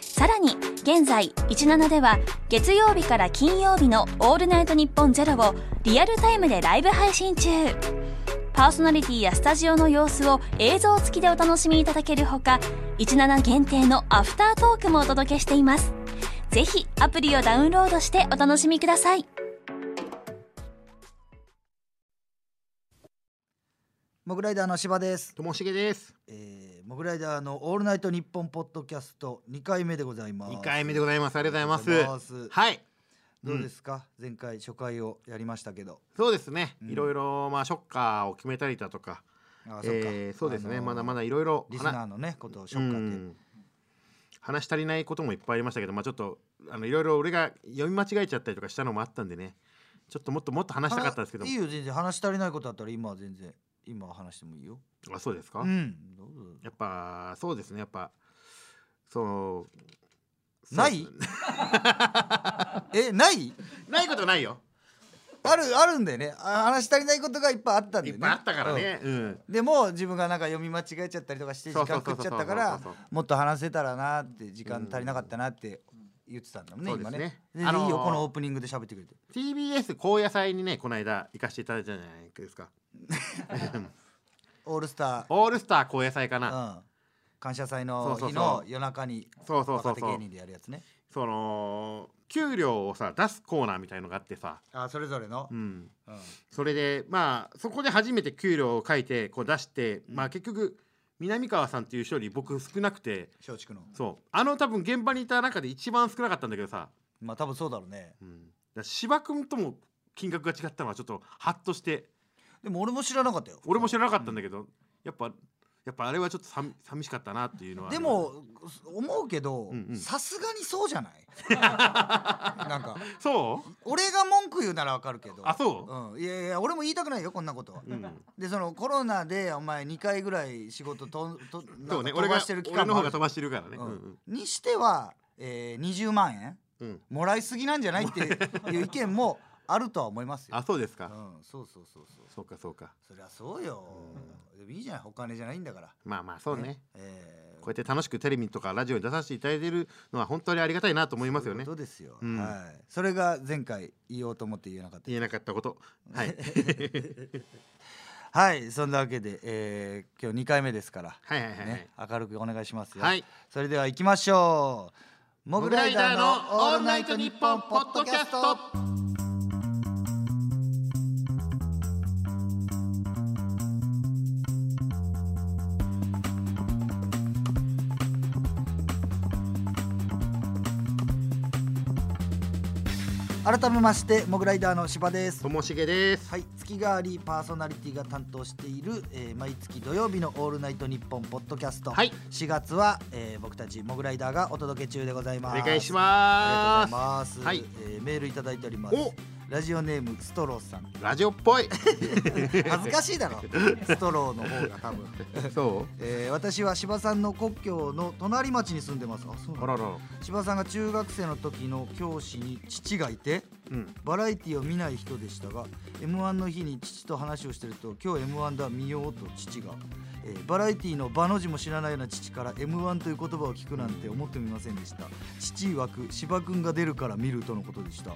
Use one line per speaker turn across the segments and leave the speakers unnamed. さらに現在17では月曜日から金曜日の「オールナイトニッポンゼロをリアルタイムでライブ配信中パーソナリティやスタジオの様子を映像付きでお楽しみいただけるほか17限定のアフタートークもお届けしていますぜひアプリをダウンロードしてお楽しみください
モグライダーの芝です、
ともしげです。
えー、モグライダーのオールナイトニッポンポッドキャスト二回目でございます
二回目でございます。ありがとうご
あ
ざ
り
い
がとう
ま
ご
す
ざいます。
はい。
どうですか、前回初回をやりましたけど
そうですね。
うん
いろいろまあショッカーを決めたりだとか、
あ
えーそうですね。まだま
だ
だいろいろ
リスナーのねことをショッカーで、
うん話し足りないこともいっぱいありましたけど、まあちょっとあのいろいろ俺が読み間違えちゃったりとかしたのもあったんでね。ちょっともっともっと話したかったんですけど
いい、よ全然話し足りないことあったら今は全然今は話してもいいよ
あそうですか。
うんどうぞ
やっぱそうですね。やっぱそうそう
ないえない
ないことないよ。
あるあるんだよねあ話し足りないことがいっぱいあったんだ
いっ
よね
ぱいあったからね。うん。
うんでも自分がなんか読み間違えちゃったりとかして時間食っちゃったから
そうそうそうそうそうそう
もっと話せたらなって時間足りなかったなって言ってたんだもんね、
そうで
今
すね
ねで
あのー
いいよこのオープニングで喋ってくれて
TBS 高野菜にねこの間行かせていただいたじゃないですか
オールスター、
オールスター高野菜かな、
うん、感謝祭の
そうそうそう
日の夜中に
そうそうそ
若
う
手
そ
芸
う
人でやるやつね
その給料をさ出すコーナーみたいのがあってさ、
あそれぞれの
う、ん、
うん
それでまあそこで初めて給料を書いてこう出して、まあ結局南川さんっていう人より僕少なくて
松竹の
そうあの多分現場にいた中で一番少なかったんだけどさ、
まあ多分そうだろうね
うん、だから芝君とも金額が違ったのはちょっとハッとして
でも俺も知らなかったよ
俺も知らなかったんだけど、やっぱやっぱあれはちょっとさみ寂しかったなっていうのは
でも思うけど
うんうん
さすがにそうじゃない なんか
そう
俺が文句言うならわかるけど
あそう、
うん、いやいや俺も言いたくないよこんなことは、
うん
でそのコロナでお前2回ぐらい仕事ととなんか
そうね
飛
俺が
ばしてる期
俺
間
の
もあ
方
る
が飛ばしてるからね、うん
うんにしては、えー、20万円
うんうん
もらいすぎなんじゃないって いう意見もあるとは思いますよ
あ。そうです
う
か、
ん、そうそうそうそう
そうかそうか
そりゃそうよ、でもいいじゃないお金じゃないんだから、
まあまあそうね
えー、
こうやって楽しくテレビとかラジオに出させていただいてるのは本当にありがたいなと思いますよね
そういうことですよ、
うん
はいそれが前回言おうと思って言えなかった
言えなかったことはい
はいそんなわけで、えー、今日2回目ですから
はいはいはいはい、
ね、明るくお願いしますよ。
はい
それでは行きましょう。モ
モ
グ
グ
ラ
ラ
イ
イ
ダー
ダー
の
の
オー
オー
ル
ル
ナ
ナ
イ
イ
ト
ト
ニ
ニ
ッ
ッ
ポ
ポ
ン
ン
ポ
ポ
ッド
ッド
キ
キ
ャ
ャ
ス
ス
ト
ト。
改めましてモグライダーの柴です
と。もしげです、
はい、月替わりパーソナリティが担当している、えー毎月土曜日の「オールナイトニッポン」ポッドキャスト、
はい
4月は、えー僕たちモグライダーがお届け中でございます
お願いし
あ
ま
り
す
がとうございます、えーメールいただいております
お
ラジオネームストローさ ん
ラジオっぽい
恥ずかしいだろストローの方が多分、
そ
えー私は柴さんの故郷の隣町に住んでますあそう
うあ
なんだ
らら
柴さんが中学生の時の教師に父がいて
うん
バラエティを見ない人でしたが m 1の日に父と話をしてると「今日 m 1だ見よう」と父が、えーバラエティの場の字も知らないような父から「m 1という言葉を聞くなんて思ってみませんでした父曰く芝君が出るから見るとのことでした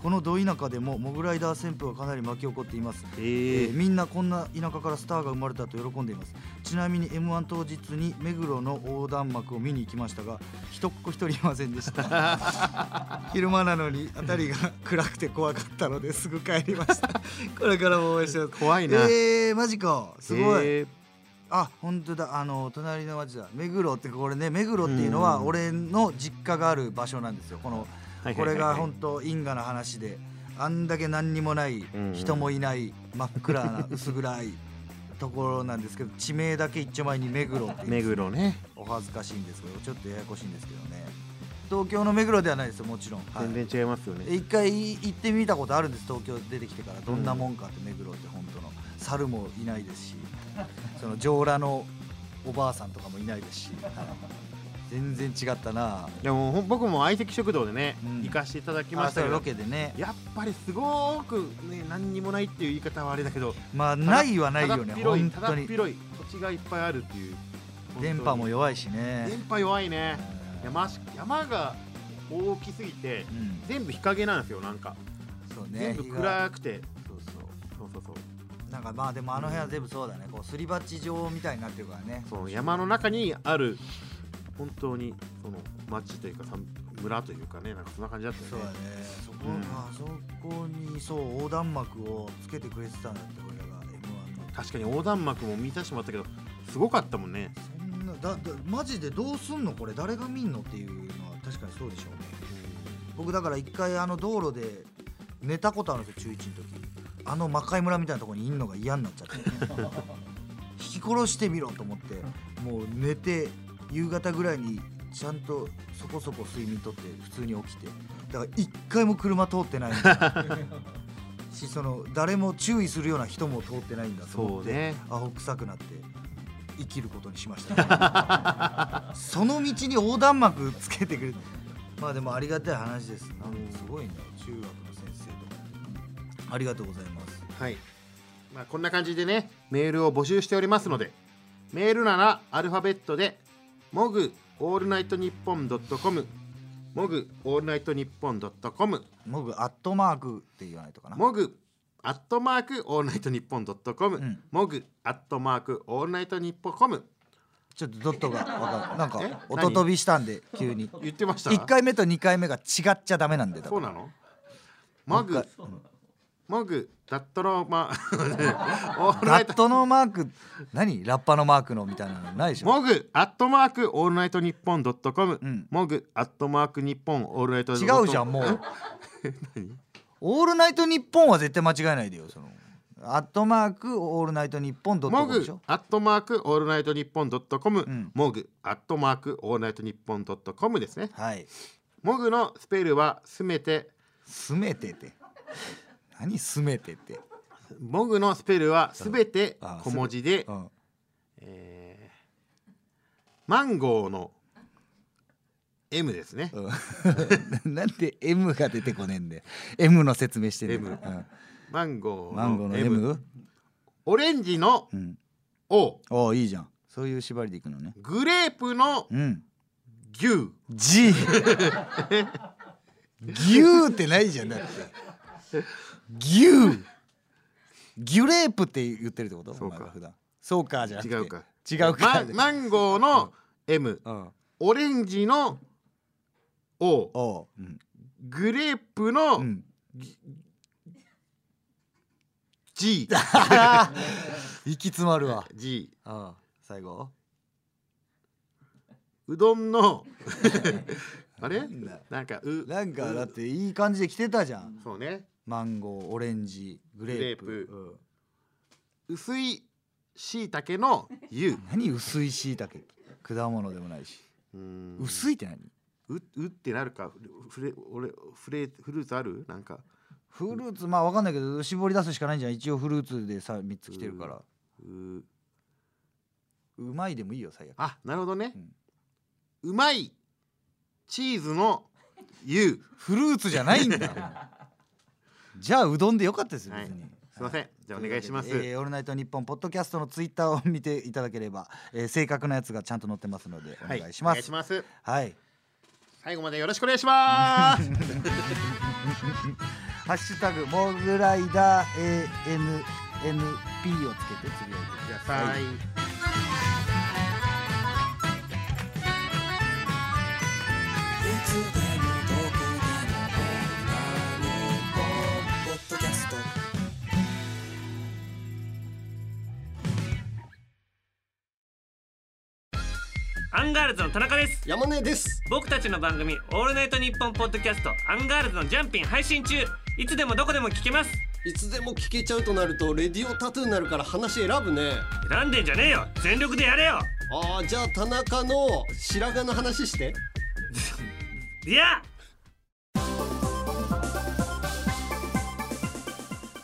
このど田舎でもモグライダー旋風はかなり巻き起こっています
え
えー
ー、
みんなこんな田舎からスターが生まれたと喜んでいますちなみに m 1当日に目黒の横断幕を見に行きましたが一っ子一人いませんでした 昼間なのに辺りが暗くて怖かったのですぐ帰りました これからも応援してます
怖いな、
えー、マジかすごい、
えー
あ本当だあの隣の町だ目黒ってこれね目黒っていうのは
うん
俺の実家がある場所なんですよこの
はいはいはいはい
これが本当因果な話であんだけ何にもない
うんうん
人もいない真っ暗な薄暗い ところなんですけど地名だけ一丁前に目黒っていう
目黒ね
お恥ずかしいんですけどちょっとややこしいんですけどね東京の目黒ではないですよもちろん、はい
全然違いますよね、
え一回行ってみたことあるんです東京出てきてからどんなもんかって目黒って本当の猿もいないですしその上裸のおばあさんとかもいないですし、はい全然違ったな
でもほん僕も相席食堂でね、
うん
行かせていただきま
あ
した
そう
け
ロ
ど
ケでね
やっぱりすごくね何にもないっていう言い方はあれだけど
まあないはないよね
ただ広い
本
ただ
当に
広い土地がいっぱいあるっていう
電波も
弱
弱いし
い電
ね
波弱いね
うん
山し山が大きすぎて
うん
全部日陰なんですよなんか、
そうね
全部
日が
暗くて
そうそう
そうそうそう
なんかまあでもあの辺は全部そうだねこうすり鉢状みたいになってるからね
その山の中にある本当にその町というかさん村というかねなんかそんな感じだった
そう
よ
だ
ね
ねそこ、
うん
あそこにそう横断幕をつけてくれてたんだって俺らが M1 の
確かに横断幕も見させてもらったけどすごかったもんね
そんなだだマジでどうすんのこれ誰が見んのっていうのは確かにそうでしょうね僕だから一回あの道路で寝たことあるんですよ中1の時あの魔界村みたいなところにいんのが嫌になっちゃって 引き殺してみろと思ってもう寝て夕方ぐらいにちゃんとそこそこ睡眠とって普通に起きてだから一回も車通ってないん だしその誰も注意するような人も通ってないんだと思
そ
っ
う
て、
ね
アホ臭くなって生きることにしました、その道に横断幕つけてくれてまあでもありがたい話ですなんかすごいね中学の先生とかありがとうございます
はい、まあ、こんな感じでねメールを募集しておりますのでメールならアルファベットで「モグオールナイトニッポン」ドットコム「モグオールナイトニッポン」ドットコム
モグアットマークって言わないとか
「
な
モグアットマークオールナイトニッポン」ドットコ
う
ム
ん
「モグアットマークオールナイトニッポン」コム
ちょっとドットがわかんなん
え
か
何
音飛びしたんで急に
言ってました
1回目と2回目が違っちゃダメなんでだか
そう
ら
なのモグモグダットロ ーマオールナ
ダ
イ
ッ
ト
トのマーク何ラッパのマークのみたいなのないでしょ
モグアットマークオールナイトニッポンドットコム
うん
モグアットマークニッポンオールナイト
違うじゃんもう
何
オールナイトニッポンは絶対間違えないでよそのアットマークオールナイトニッポンドット
モ
コムで
グ
しょ
アットマークオールナイトニッポンドットコム
うん
モグアットマークオールナイトニッポンドットコムですね
はい
モグのスペルはすべて
すめてて何すめてて
モグのスペルはすべて
あ
小文字で
うん
えーマンゴーの M ですね
うんなんで M が出てこねえんで M の説明してる、
M
うん
マンゴ
マンゴーの
ーの
M,
M オレンジの
うん、
O
おおいいじゃんそういう縛りでいくのね
グレープの
うん
牛
G 牛ってないじゃんだって牛ギュレープって言ってるってこと
そうか
お前は普段そうかじゃなくて
違うか
違うか、
ママンゴーの M
うん
オレンジの O
おううん
グレープの
うん、
G
息詰まるわ
G
ああ最後
うどんの あれ
んだ
なんかう
なんか
う
だっていい感じで来てたじゃん
そうね
マンゴーオレンジグレープ
グレープ
うん
薄い椎茸の U
何薄いしいたけ果物でもないし、
うん
薄いって何
ううってなるかフレ俺フレフルーツあるなんか
フルーツまあわかんないけど絞り出すしかないんじゃん一応フルーツでさ3つ来てるから
う
うまいでもいいよ最悪
あなるほどね
うん、
うまいチーズの U
フルーツじゃないん だじゃあうどんでよかったですよ
はい
別に、
すいませんじゃあお願いします
とうわけでえーオールナイトニッポンポッドキャストのツイッターを見ていただければ、えー正確なやつがちゃんと載ってますのでお願いしま
お願いし
す。
ます
はい。
最後までよろしくお願いし ます
ハッシュタグモグライダー A N N P をつけてつぶやいてください。
はい
アンガールズの田中です
山根です
僕たちの番組「オールナイトニッポン」ポッドキャスト「アンガールズのジャンピン」配信中いつでもどこでも聞けます
いつでも聞けちゃうとなるとレディオタトゥーになるから話選ぶね
選んでんじゃねえよ全力でやれよ
あーじゃあ田中の白髪の話して
いや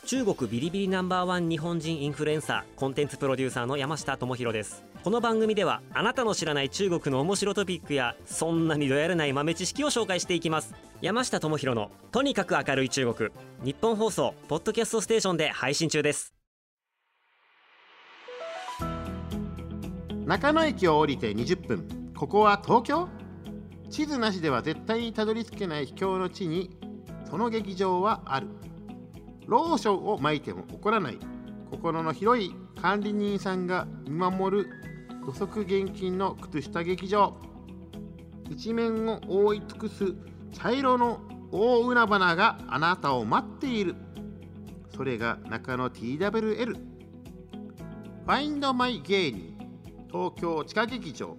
中国ビリビリナンバーワン日本人インフルエンサーコンテンツプロデューサーの山下智博ですこの番組ではあなたの知らない中国の面白トピックやそんなにどやらない豆知識を紹介していきます山下智博のとにかく明るい中国日本放送ポッドキャストステーションで配信中です
中野駅を降りて20分ここは東京地図なしでは絶対にたどり着けない秘境の地にその劇場はあるローションをまいても怒らない心の広い管理人さんが見守る土足厳禁の靴下劇場一面を覆い尽くす茶色の大海花があなたを待っているそれが中野 TWL ファインドマイ芸人東京地下劇場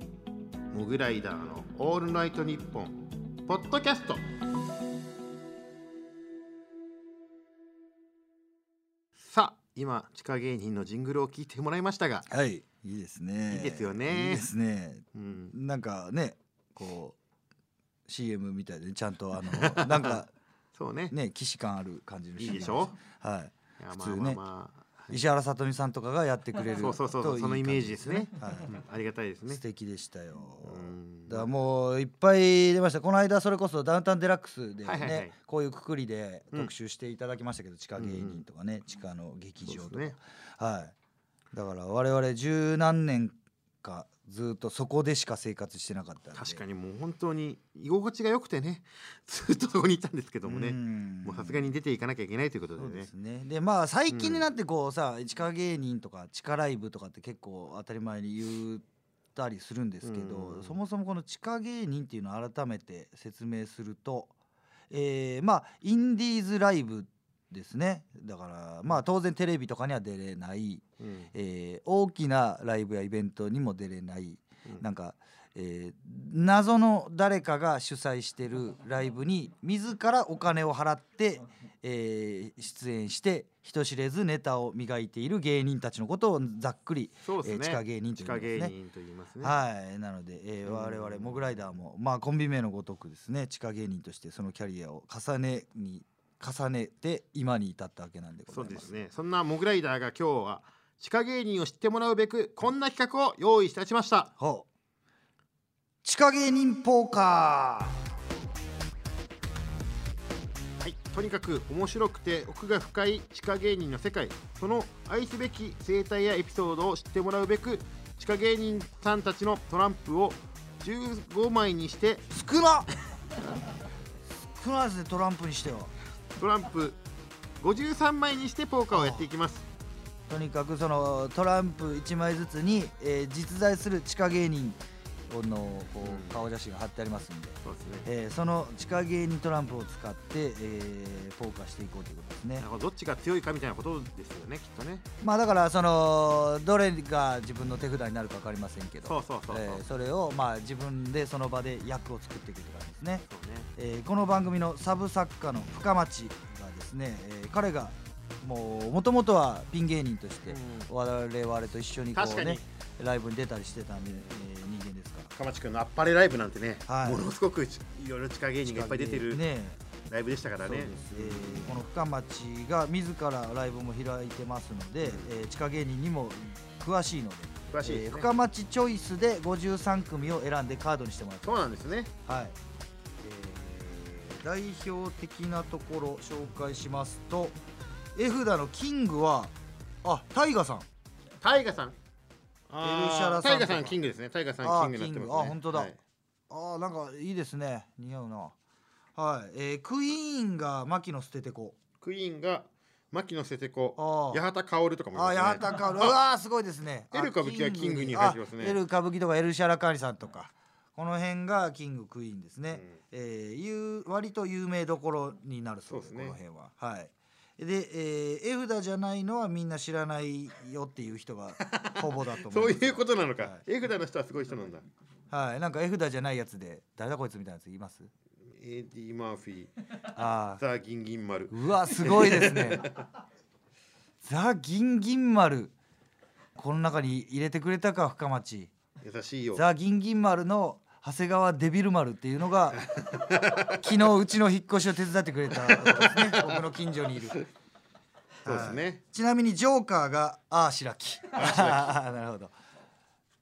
モグライダーのオールナイトニッポンポッドキャストさあ今地下芸人のジングルを聞いてもらいましたが、
はいいいですね
いいですよね
いいですね
うん、
なんかねこう CM みたいでちゃんとあの なんか
そうね
ね既視感ある感じの
いい
CM
でしょ
はい
いや
普
ま
通
あ
ね
まあまあ
石原さとみさんとかがやってくれる
そうそうそう
といい
そのイメージですね
感じです
う
ね
んありがたいです
はい、
ね
素敵でしたよ
うん
だからもういっぱい出ましたこの間それこそダウンタウンデラックスでね、
はいはいはい
こういうくくりで
うん
特集していただきましたけど、地下芸人とかね地下の劇場
そう
と
です
か、
ね
はいだから我々十何年かずっとそこでしか生活してなかったんで
確かにもう本当に居心地が良くてね ずっとそこにいたんですけどもね
ん
もうさすがに出ていかなきゃいけないということで
そう
ね
ですねでまあ最近になってこうさ、地下芸人とか地下ライブとかって結構当たり前に言ったりするんですけど、
うん
そもそもこの地下芸人っていうのを改めて説明すると、えーまあインディーズライブですねだからまあ当然テレビとかには出れない、
うん
えー大きなライブやイベントにも出れない、
うん
なんか、えー謎の誰かが主催してるライブに自らお金を払って、えー出演して人知れずネタを磨いている芸人たちのことをざっくり、
そうです
えー
ね
地下芸人と
地
言い
下
ます
芸
ね。
人と言いますね
はいなので、えー
うん
我々モグライダーも、まあ、コンビ名のごとくですね地下芸人としてそのキャリアを重ねに重ねて今に至ったわけなんでござ
そ
いうます。
ですねそんなモグライダーが今日は地下芸人を知ってもらうべくこんな企画を用意いたしました
ほう地下芸人ポーカ
はい、とにかく面白くて奥が深い地下芸人の世界その愛すべき生態やエピソードを知ってもらうべく地下芸人さんたちのトランプを15枚にして
ー少な少ないですねトランプにしては
トランプ53枚にしてポーカーをやっていきます
とにかくそのトランプ1枚ずつに、えー実在する地下芸人のこう
うん
顔写真が貼ってありますんで、
そうですね
えーその地下芸人トランプを使って、えーポーカーしていこうということですね
なるほどどっちが強いかみたいなことですよねきっとね
まあだからそのどれが自分の手札になるか分かりませんけど
そうそうそうそう、
えーそれをまあ自分でその場で役を作っていくって感じですね
そうね
えーこの番組のサブ作家の深町がですね、えー彼がもともとはピン芸人として
うん
我々と一緒にこ
確
う
か
ね
に
ライブに出たりしてたんで、えー人間ですか
深町君のあっぱれライブなんてね、
はい
ものすごくいろいろ地下芸人
ら
がいっぱい出てる
ね
ライブでしたから
そうで
ね
す、えーこの深町が自らライブも開いてますので、えー地下芸人にも詳しいので
詳しいで
えー
すね、
深町チョイスで53組を選んでカードにしてもらって
そうなんですね
はい、えー代表的なところ紹介しますと絵札のキングはあタイガさん
タイガさん。
ーエルシャラさんとか
タイガさんキングですね。タイガさんキングになってますね。
あーキングあ本当だ
はい
あーなんかいいですね似合うなはい、えークイーンが牧野捨ててこ
クイーンが牧野瀬て子、
あー
八幡薫とかもい
あー
ますね。
八幡 薫うわーすごいですねあ
エル歌舞伎はキングに入ってますね
あエル歌舞伎とかエルシャラカリさんとかこの辺がキングクイーンですね、えーゆう割と有名どころになるそうです
そうですね
この辺ははいで、えー、絵札じゃないのはみんな知らないよっていう人 がほぼだと思います
そういうことなの
は
か。絵札の人はすごい人なんだ。
はいなんか絵札じゃないやつで誰だこいつみたいなやついます
エディ・マーフィー、
あー
ザ・ギンギン丸。
うわすごいです ねザ・ギンギン丸この中に入れてくれたか深町
優しいよ。
ザ・ギンギン丸の長谷川デビル丸っていうの が昨日うちの引っ越しを手伝ってくれた人です ね僕の近所にいる
そうですね
ちなみにジョーカーがああ白木 なるほど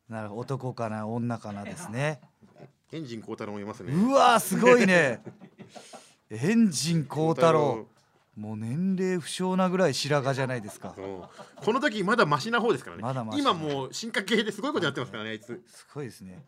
なるほど男かな女かなですね
エンジン光太郎もいますね
うわーすごい ねエンジン光太郎もう年齢不詳なぐらい白髪じゃないですか
うんこの時まだマシな方ですからね
まだマシ
今もう進化系ですごいことになってますからねあいつ
すごいですね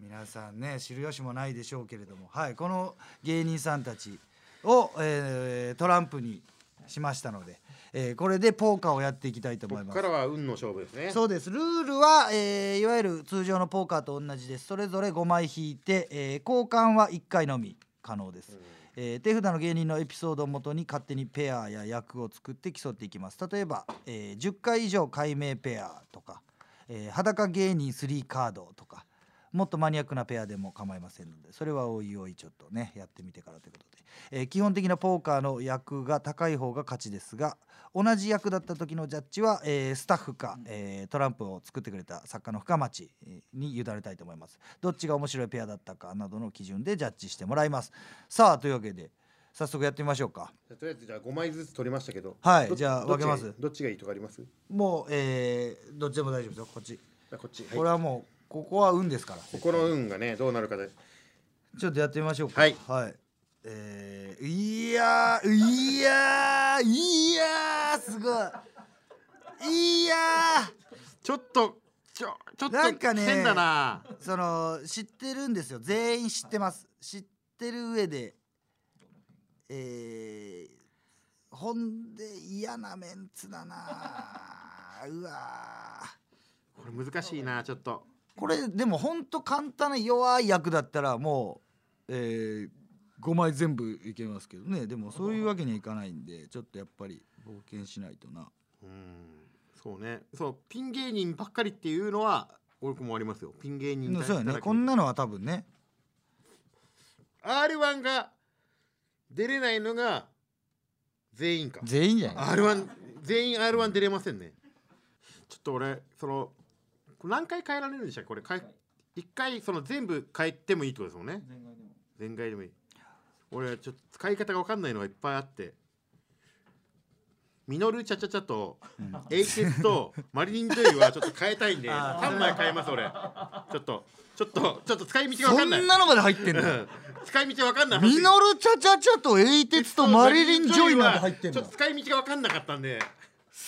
皆さんね知る由もないでしょうけれどもはいこの芸人さんたちを、えートランプにしましたので、えーこれでポーカーをやっていきたいと思
こ
い
こ
ま
か
す
らは運の勝負ですね
そうですルールは、えーいわゆる通常のポーカーと同じですそれぞれ5枚引いて、えー交換は1回のみ可能です、えー手札の芸人のエピソードをもとに勝手にペアや役を作って競っていきます例えば、えー10回以上解明ペアとか、えー裸芸人3カードとかもっとマニアックなペアでも構いませんのでそれはおいおいちょっとねやってみてからということで、えー基本的なポーカーの役が高い方が勝ちですが同じ役だった時のジャッジは、えースタッフか、えートランプを作ってくれた作家の深町えーに委ねたいと思いますどっちが面白いペアだったかなどの基準でジャッジしてもらいますさあというわけで早速やってみましょうか
とりあえずじゃあ5枚ずつ取りましたけど
はい
ど
じゃあ
どっ
分
ち
けます
どっちがいいとかありますじ
もう、えーどっちでも大丈夫ですよこっち、
ゃあこっち、
これ
はい
はもうここは運ですから
ここの運がねどうなるかで
ちょっとやってみましょうか。
はい
えーいやー、いやー、いやー、すごい。いや
ちょっとちょちょっと
なんかね
変だな
ー、その、知ってるんですよ。全員知ってます。知ってる上で。えー、ほんで嫌なメンツだなー。うわー。
これ難しいなちょっと
これでもほんと簡単な弱い役だったらもう、え5枚全部いけますけどねでもそういうわけにはいかないんでちょっとやっぱり冒険しないとな
うんそうねそうピン芸人ばっかりっていうのは俺もありますよピン芸人だ
そうや
だ
ね
らけ
こんなのは多分ね
R1 が出れないのが全員か
全員じゃない
R1 全員 R1 出れませんねちょっと俺そのこれ何回変えられるんでしたっけこれ変え一回その全部変えてもいいってことですもんね全回でもいい俺ちょっと使い方が分かんないのがいっぱいあってミノルチャチャチャと、エイケスとマリリン・ジョイはちょっと変えたいんで3枚変えます俺ちょっとちょっとちょっと使い道が
そ
分かん
ん
ない
なのまで入ってんの
うん 使い道分かんない
ミノルチャチャチャとエイテツとマリリン・ジョイまで入ってん
ちょっ
の
と使い道が分かんなかったんです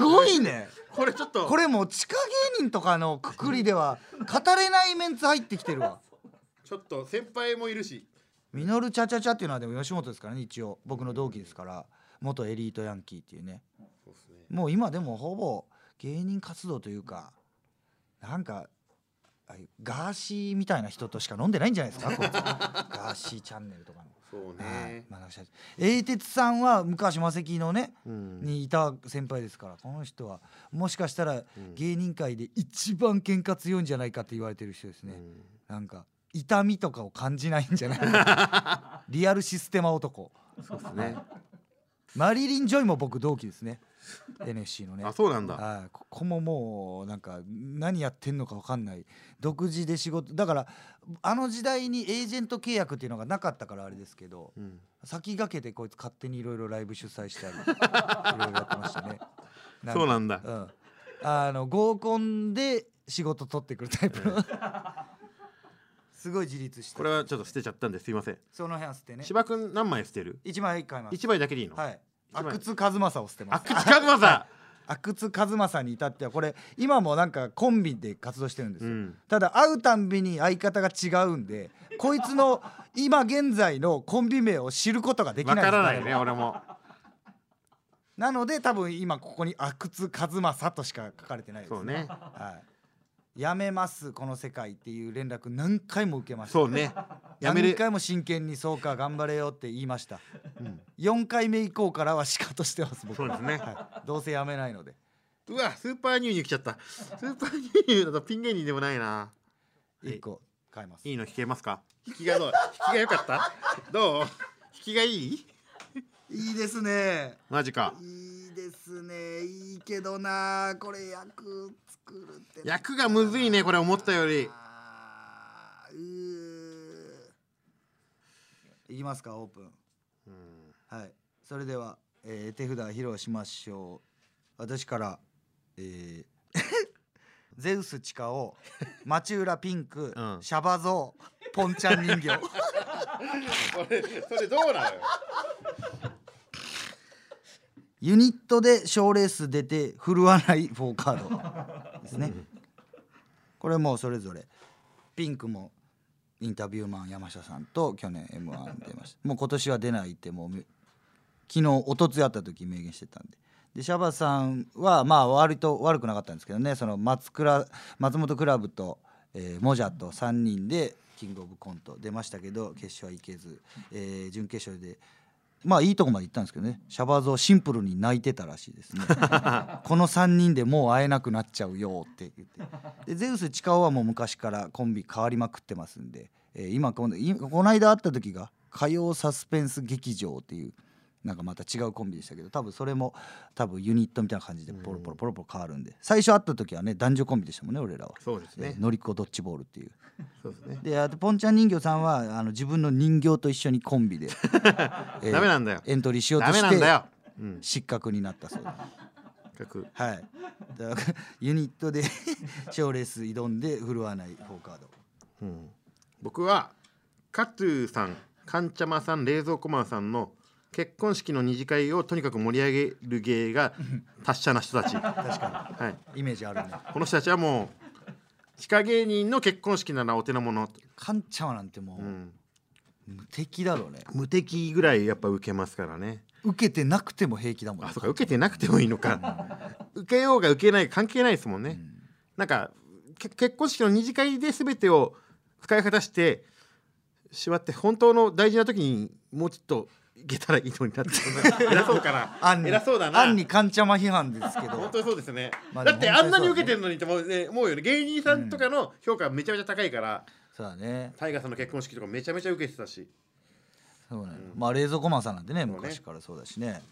ごいね
これちょっと
これもう地下芸人とかのくくりでは語れないメンツ入ってきてるわ
ちょっと先輩もいるし
ミノルチャチャチャっていうのはでも吉本ですからね一応僕の同期ですから元エリートヤンキーっていうね
そうですね
もう今でもほぼ芸人活動というかなんかああいうガーシーみたいな人としか飲んでないんじゃない ですかこいつガーシーチャンネルとかの。
そう
はい
ね、
まあ、なんかしゃ英鉄さんは昔マセキのね、
うん
にいた先輩ですからこの人はもしかしたら芸人界で一番喧嘩強いんじゃないかって言われてる人ですね、なんか痛みとかを感じないんじゃない かリアルシステマ男
そうですね
マリリン・ジョイも僕同期ですね NSC のね
あそうなんだ
はい、ここももうなんか何やってんのか分かんない独自で仕事だからあの時代にエージェント契約っていうのがなかったからあれですけど、
ん
先駆けてこいつ勝手にいろいろライブ主催した りいろいろやってましたねか
そうなんだ
うん、あの合コンで仕事取ってくるタイプのすごい自立した
これはちょっと捨てちゃったんですいません
その辺は捨てね
芝君何枚捨てる
一枚買います
一枚だけでいいの
はい
一
阿
枚
久津和正を捨てま
あ
す
口数正
阿久津和正に至ってはこれ今もなんかコンビで活動してるんです
う
よ、
ん
ただ会うたんびに相方が違うんでこいつの今現在のコンビ名を知ることができな
わ
いんで
か
す
らないね俺も
なので多分今ここに阿久津和正としか書かれてないです
そうね
はい、やめますこの世界っていう連絡何回も受けました
そうねやめ
何
る
回も真剣にそうか頑張れよって言いました、
ん
4回目以降からはシカとしてます僕
そうですね
はい、どうせやめないので
うわスーパーニューニュー来ちゃったスーパーニューニューだとピン芸人でもないな
1個買います
いいの弾けますか引きがどう引きが良かったどう引きがいい
いいですね
マジか
いいですねいいけどなこれ役作るって
役がむずいねこれ思ったより
あうーいきますかオープン
うん
はいそれでは、えー手札披露しましょう私から、えー ゼウスチカオ町浦ピンク、
うん
シャバゾウポンちゃん人形
それそれどうなのよ
ユニットで賞レース出て振るわない4カードですねこれもうそれぞれピンクもインタビューマン山下さんと去年 m 1出ましたもう今年は出ないってもうめ昨日一昨日あった時明言してたんででシャバさんはまあ割と悪くなかったんですけどねその松倉松本クラブと、えーモジャと3人でキングオブコント出ましたけど決勝はいけず、えー準決勝でまあいいとこまで行ったんですけどねシャバゾウシンプルに泣いてたらしいです ねこの3人でもう会えなくなっちゃうよって言ってでゼウスチカオはもう昔からコンビ変わりまくってますんで、えー今今度いこの間会った時が火曜サスペンス劇場っていうなんかまた違うコンビでしたけど多分それも多分ユニットみたいな感じでポロポロポロポロ変わるんで最初会った時はね男女コンビでしたもんね俺らは。
そうです
え
ね
ーのりっこドッジボールっていう
そうですね
であとポンちゃん人形さんはあの自分の人形と一緒にコン ビで、えー
ダメなんだよ
エントリーしようと
ダメ
し
なんだ
て
ようん
失格になったそうです
各
はいだからユニットで 賞レース挑んで振るわないフォーカード
うん僕はカトゥーさんカンチャマさん冷蔵庫マンさんの結婚式の二次会をとにかく盛り上げる 芸が達者な人たち、は
確か
い、
にイメージあるね
この人たちはもう地下芸人の結婚式ならお手の物、
カンチャマなんても
う
う、
ん、
無敵だろうね
無敵ぐらいやっぱ受けますからね
受けてなくても平気だもん
あ
ね
そうか受けてなくてもいいのか受けようが受けない関係ないですもんね、なんかけ結婚式の二次会で全てを使い果たしてしまって本当の大事な時にもうちょっといけたらいいのになっ て偉そうか
あ
なん
に
偉そうだな
あんにカンチャマ批判ですけど
本当にそうですね、
まあ
だって
でも
あんなに
本当
受け
に
てるのにってもう,、ね、思うよね芸人さんとかの評価めちゃめちゃ高いから、
そうだね
タイガーさんの結婚式とかめちゃめちゃ受けてたし
そうね、まあ冷蔵庫マンさんなんてね
そうね
昔からそうだしね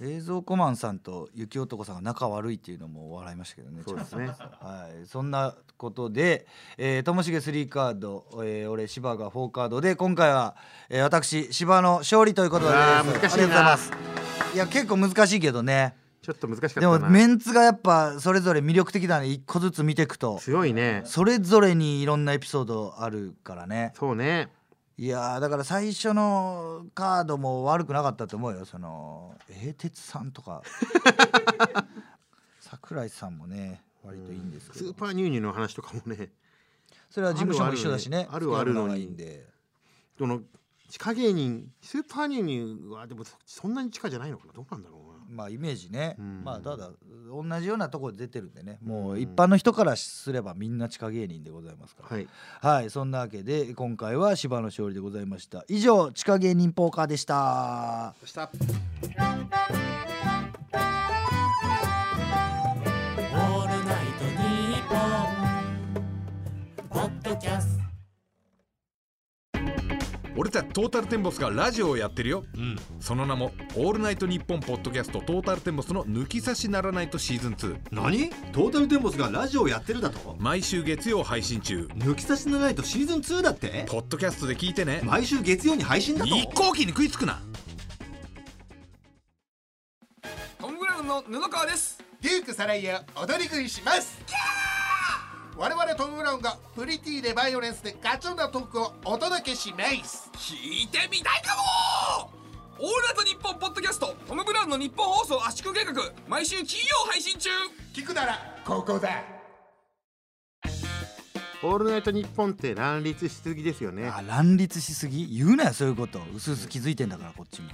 冷蔵庫マンさんと雪男さんが仲悪いっていうのも笑いましたけどね
そうですね
ちょっとはい、そんなことでえーともしげ3カード、えー俺芝が4カードで今回は、えー私芝の勝利ということで
うわ
あ
ー
りがと
難
う
しいな
ございますいや結構難しいけどね
ちょっと難しかった
でも
な
メンツがやっぱそれぞれ魅力的だね一個ずつ見ていくと
強いね
それぞれにいろんなエピソードあるからね
そうね
いやーだから最初のカードも悪くなかったと思うよその英鉄さんと か桜井さんもね割といいんですけ
ス
ど
ーパーニューニューの話とかもね
それは事務所も一緒だしね
あるはあるの
付き合うの
に
がいいんで
その地下芸人スーパーニューニューはでもそそんなに地下じゃないのかなどうなんだろう
まあイメージね
うん
まあただ同じようなところで出てるんでねも
う
うん一般の人からすればみんな地下芸人でございますか
な
ら
はい
はいそんなわけで今回は芝の勝利でございました以上地下芸人ポーカーでした
そした
「オールナイトニッポン」「ポッドキャスト」
俺たちトータルテンボスがラジオをやってるよ、その名も「オールナイトニッポン」ポッドキャストトータルテンボスの「抜き差しならないと」シーズン2
何トータルテンボスがラジオをやってるだと
毎週月曜配信中
抜き差しならないとシーズン2だって
ポッドキャストで聞いてね
毎週月曜に配信だと
一向機に食いつくな
トム・ブラウンの布川です
デュークサライヤ踊り食いします我々トム・ブラウンがプリティでバイオレンスでガチョンなトークをお届けします
聞いてみたいかもオールナイトニッポンポッドキャストトム・ブラウンの日本放送圧縮計画毎週金曜配信中
聞くならここだ
オールナイトニッポンって乱立しすぎですよね
あ乱立しすぎ言うなよそういうことうすうす気づいてんだからこっちも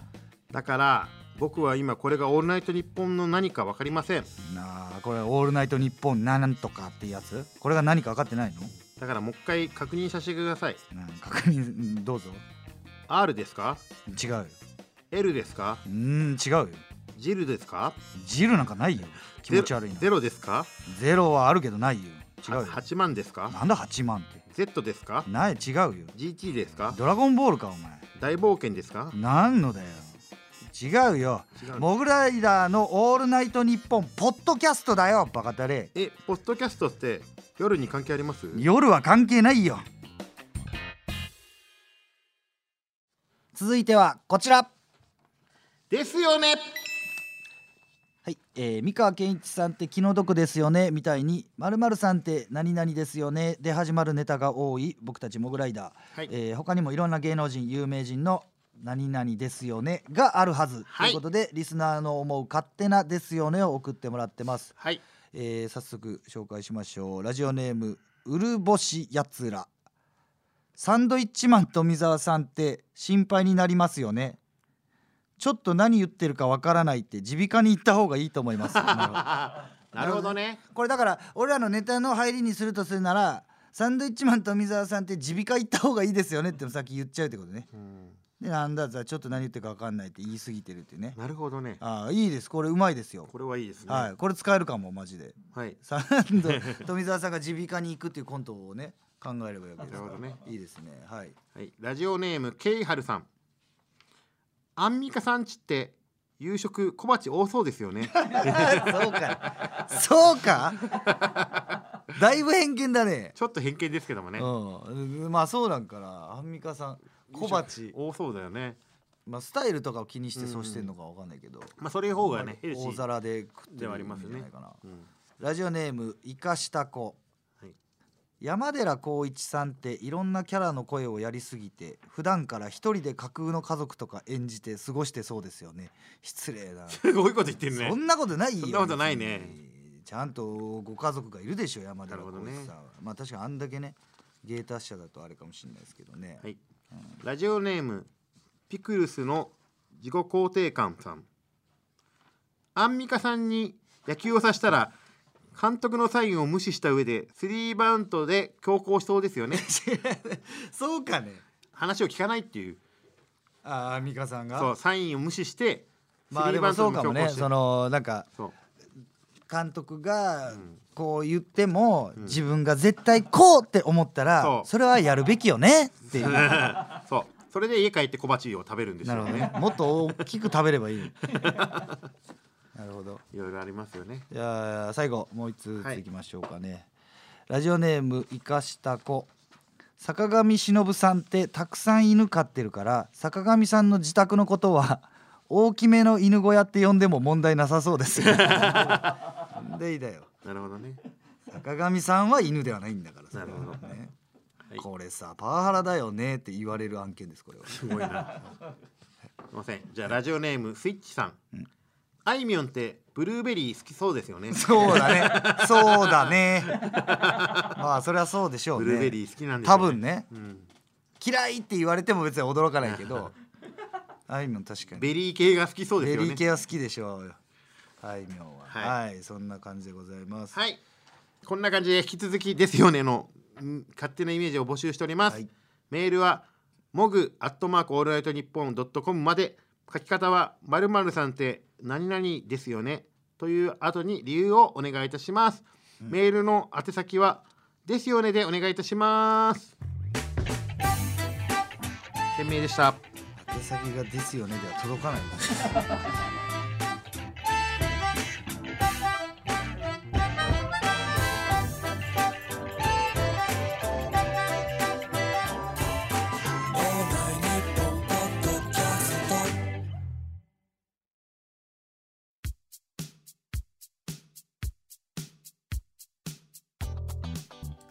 だから僕は今これがオールナイトニッポンの何か分かりません
なあこれ「オールナイトニッポン」なんとかってやつこれが何か分かってないの
だからもう一回確認させてください
うん確認うんどうぞ
R ですか
違うよ
L ですか
うーん違うよ
ジルですか
ジルなんかないよ気持ち悪いな
ゼロゼロですか
ゼロはあるけどないよ違うよ
8万ですか
なんだ8万っ
Z ですか
てない違うよ
GT ですか
ドラゴンボールかお前
大冒険ですか
なんのだよ違うよ
違うの
モグライダーの「オールナイトニッポン」ポッドキャストだよバカタレ
えポッドキャストって夜に関係あります
夜は関係ないよ続いてはこちら
ですよね
はい、えー、三河健一さんって気の毒ですよねみたいに〇〇さんって何々ですよねで始まるネタが多い僕たちモグライダー、
はい
えー他にもいろんな芸能人有名人の何々ですよねがあるはず、
はい
ということでリスナーの思う勝手なですよねを送ってもらってます、
はい
えー早速紹介しましょうラジオネームうるぼしやつらサンドイッチマン富澤さんって心配になりますよねちょっと何言ってるかわからないって耳鼻科に行った方がいいと思います
なるほどね
これだから俺らのネタの入りにするとするならサンドイッチマン富澤さんって耳鼻科行った方がいいですよねってさっき言っちゃうってことね
うん
でなんだざちょっと何言ってるかわかんないって言い過ぎてるっていうね
なるほどね
ああいいですこれうまいですよ
これはいいですね
はいこれ使えるかもマジで
はい
サン ド富澤さんが耳鼻科に行くっていうコントをね考えればいいわけですか
なるほどね
らいいですねはい
はい、ラジオネームケイハルさん。アンミカさんちって夕食小鉢多そうですよ ね。
そうかそうかだいぶ偏見だね
ちょっと偏見ですけどもね。
うんまあそうなんかなアンミカさん小鉢、
多そうだよね。
まあ、スタイルとかを気にしてそうしてんのかわかんないけど、
まあそれの方がねヘルシ
大
ー。
皿で食って
ではあ
る
りますね
んじゃないかな、
うん
ラジオネームイカした子、
はい
山寺宏一さんっていろんなキャラの声をやりすぎて普段から一人で架空の家族とか演じて過ごしてそうですよね失礼だ
すごいこと言ってる ね
そ。んなことないよ
そんなことないね
別にちゃんとご家族がいるでしょ山寺宏一
な
さんは、まあ確かにあんだけね芸達者だとあれかもしれないですけどね、
はい。ラジオネームピクルスの自己肯定感さん。アンミカさんに野球をさしたら監督のサインを無視した上でスリーバウンドで強行しそうです よね。
そうかね
話を聞かないっていう。
あーアンミカさんが
そうサインを無視して。
まあ
スリ
で
ーバ
も
ウン
そ
ド
うかも
強
ね
行して
そのなんか
そう
監督がこう言っても、自分が絶対こうって思ったら
そ
そうれはやるべきよねっていうな
そうそれで家帰って小鉢を食べるんです
る
よ
ほど
ね
ねもっと大きく食べればい いなるほど
いろいろありますよね
じゃあ最後もう一通いきましょうかね、ラジオネームいかした子坂上忍さんってたくさん犬飼ってるから坂上さんの自宅のことは大きめの犬小屋って呼んでも問題なさそう ですよなんでいいだよ
なるほどね
坂上さんは犬ではないんだからそれは
なるほど
ね
はい
これさパワハラだよねって言われる案件ですこれは
すごいなすいませんじゃあラジオネームスイッチさん、あいみょんってブルーベリー好き そうですよね
そうだねそうだ ねまあそれはそうでしょう
ブ
ね
ルーベリー好きなんです
多
よ
分ね
うん、
嫌いって言われても別に驚かないけ どあいみょん確かに
ベリー系が好きそうです
ベ
よね
リー系は好きでしょうあいみょんは
は
はい、そんな感じでございます
はいこんな感じで引き続きですよねのうん勝手なイメージを募集しております、
はい
メールはモグアットマークオールナイトニッポンドットコムまで書き方はまるまるさんって何々ですよねという後に理由をお願いいたします、メールの宛先はですよねでお願いいたします件名でした
宛先がですよねでは届かない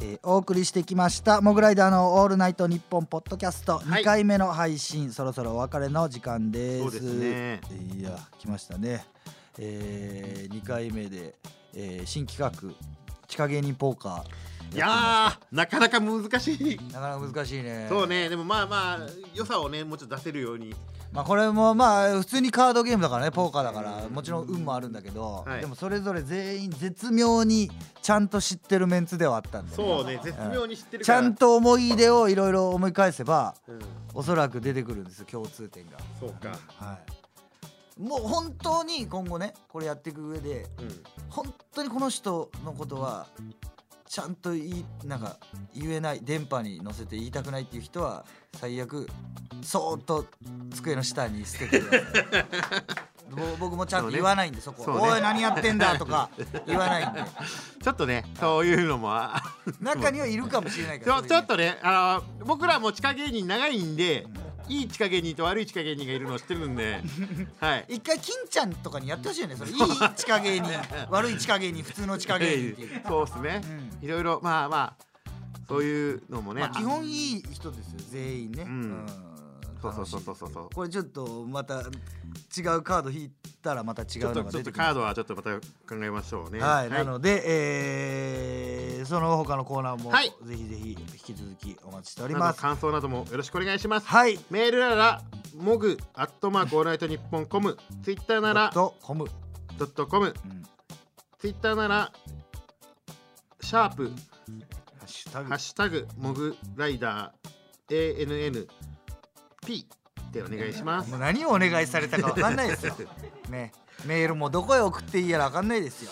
えーお送りしてきましたモグライダーのオールナイトニッポンポッドキャスト
は
2
い
回目の配信、そろそろお別れの時間です
そうですね
いや来ましたねえ2回目で、えー新企画地下芸人ポーカー
いやーなかなか難しい
なかなか難しいね
そうねでもまあまあ良さをねもうちょっと出せるように
まあこれもまあ普通にカードゲームだからねポーカーだからもちろん運もあるんだけど、
はい
でもそれぞれ全員絶妙にちゃんと知ってるメンツではあったんで、
そうね絶妙に知ってる
ち
から
ゃんと思い出をいろいろ思い返せば
うん
おそらく出てくるんですよ共通点が。
そうか
はい、もう本当に今後ねこれやっていく上で
うん
本当にこの人のことはちゃんと言いなんか言えない電波に乗せて言いたくないっていう人は最悪そーっと机の下に捨ててください ぼ僕もちゃんと言わないんでそ,、こ
そうね
おい何やってんだ」とか言わないん で
ちょっとね、そういうのもあ。
中にはいるかもしれないか
ち
ら
ょちょっとね、あの僕らも地下芸人長いんで、いい地下芸人と悪い地下芸人がいるのを知ってる んではい
一回金ちゃんとかにやってほしいよねそれいい地下芸 人悪い地下芸人普通の地下芸人っていう、
そうですね、いろいろまあまあそういうのもね、
まあ、基本いい人ですよ全員ね、
うんそうそうそうそうそうそう
これちょっとまた違うカード引いたらまた違
ちょ
う
っ
の
と
が
ちょ
出
ってと
くる
カードはちょっとまた考えましょうね
はい、なので、えー、その他のコーナーも、
はい
ぜひぜひ引き続きお待ちしており
な
ま
ど
す
感想などもよろしくお願いします
はい
メールならモグアットマークオールナイトニッポンコムツイッターなら
とコム
ドットコム
うん
ツイッターならシャープ
ハッシュタグ
ハッシュタグモグライダー ANNP でお願いします
もう何をお願いされたかわかんないですよねメールもどこへ送っていいやらわかんないですよ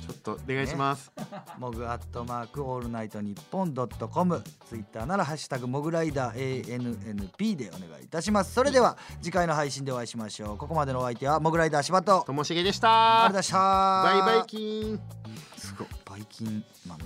ちょっとお願いします、
モグアットマークオールナイトニッポンドットコムツイッターならハッシュタグモグライダー ANNP でお願いいたしますそれでは次回の配信でお会いしましょうここまでのお相手はモグライダー柴と
ともしげでし
あ
た
りがとうございました
バイバイキーン
すごいバイキンマンだ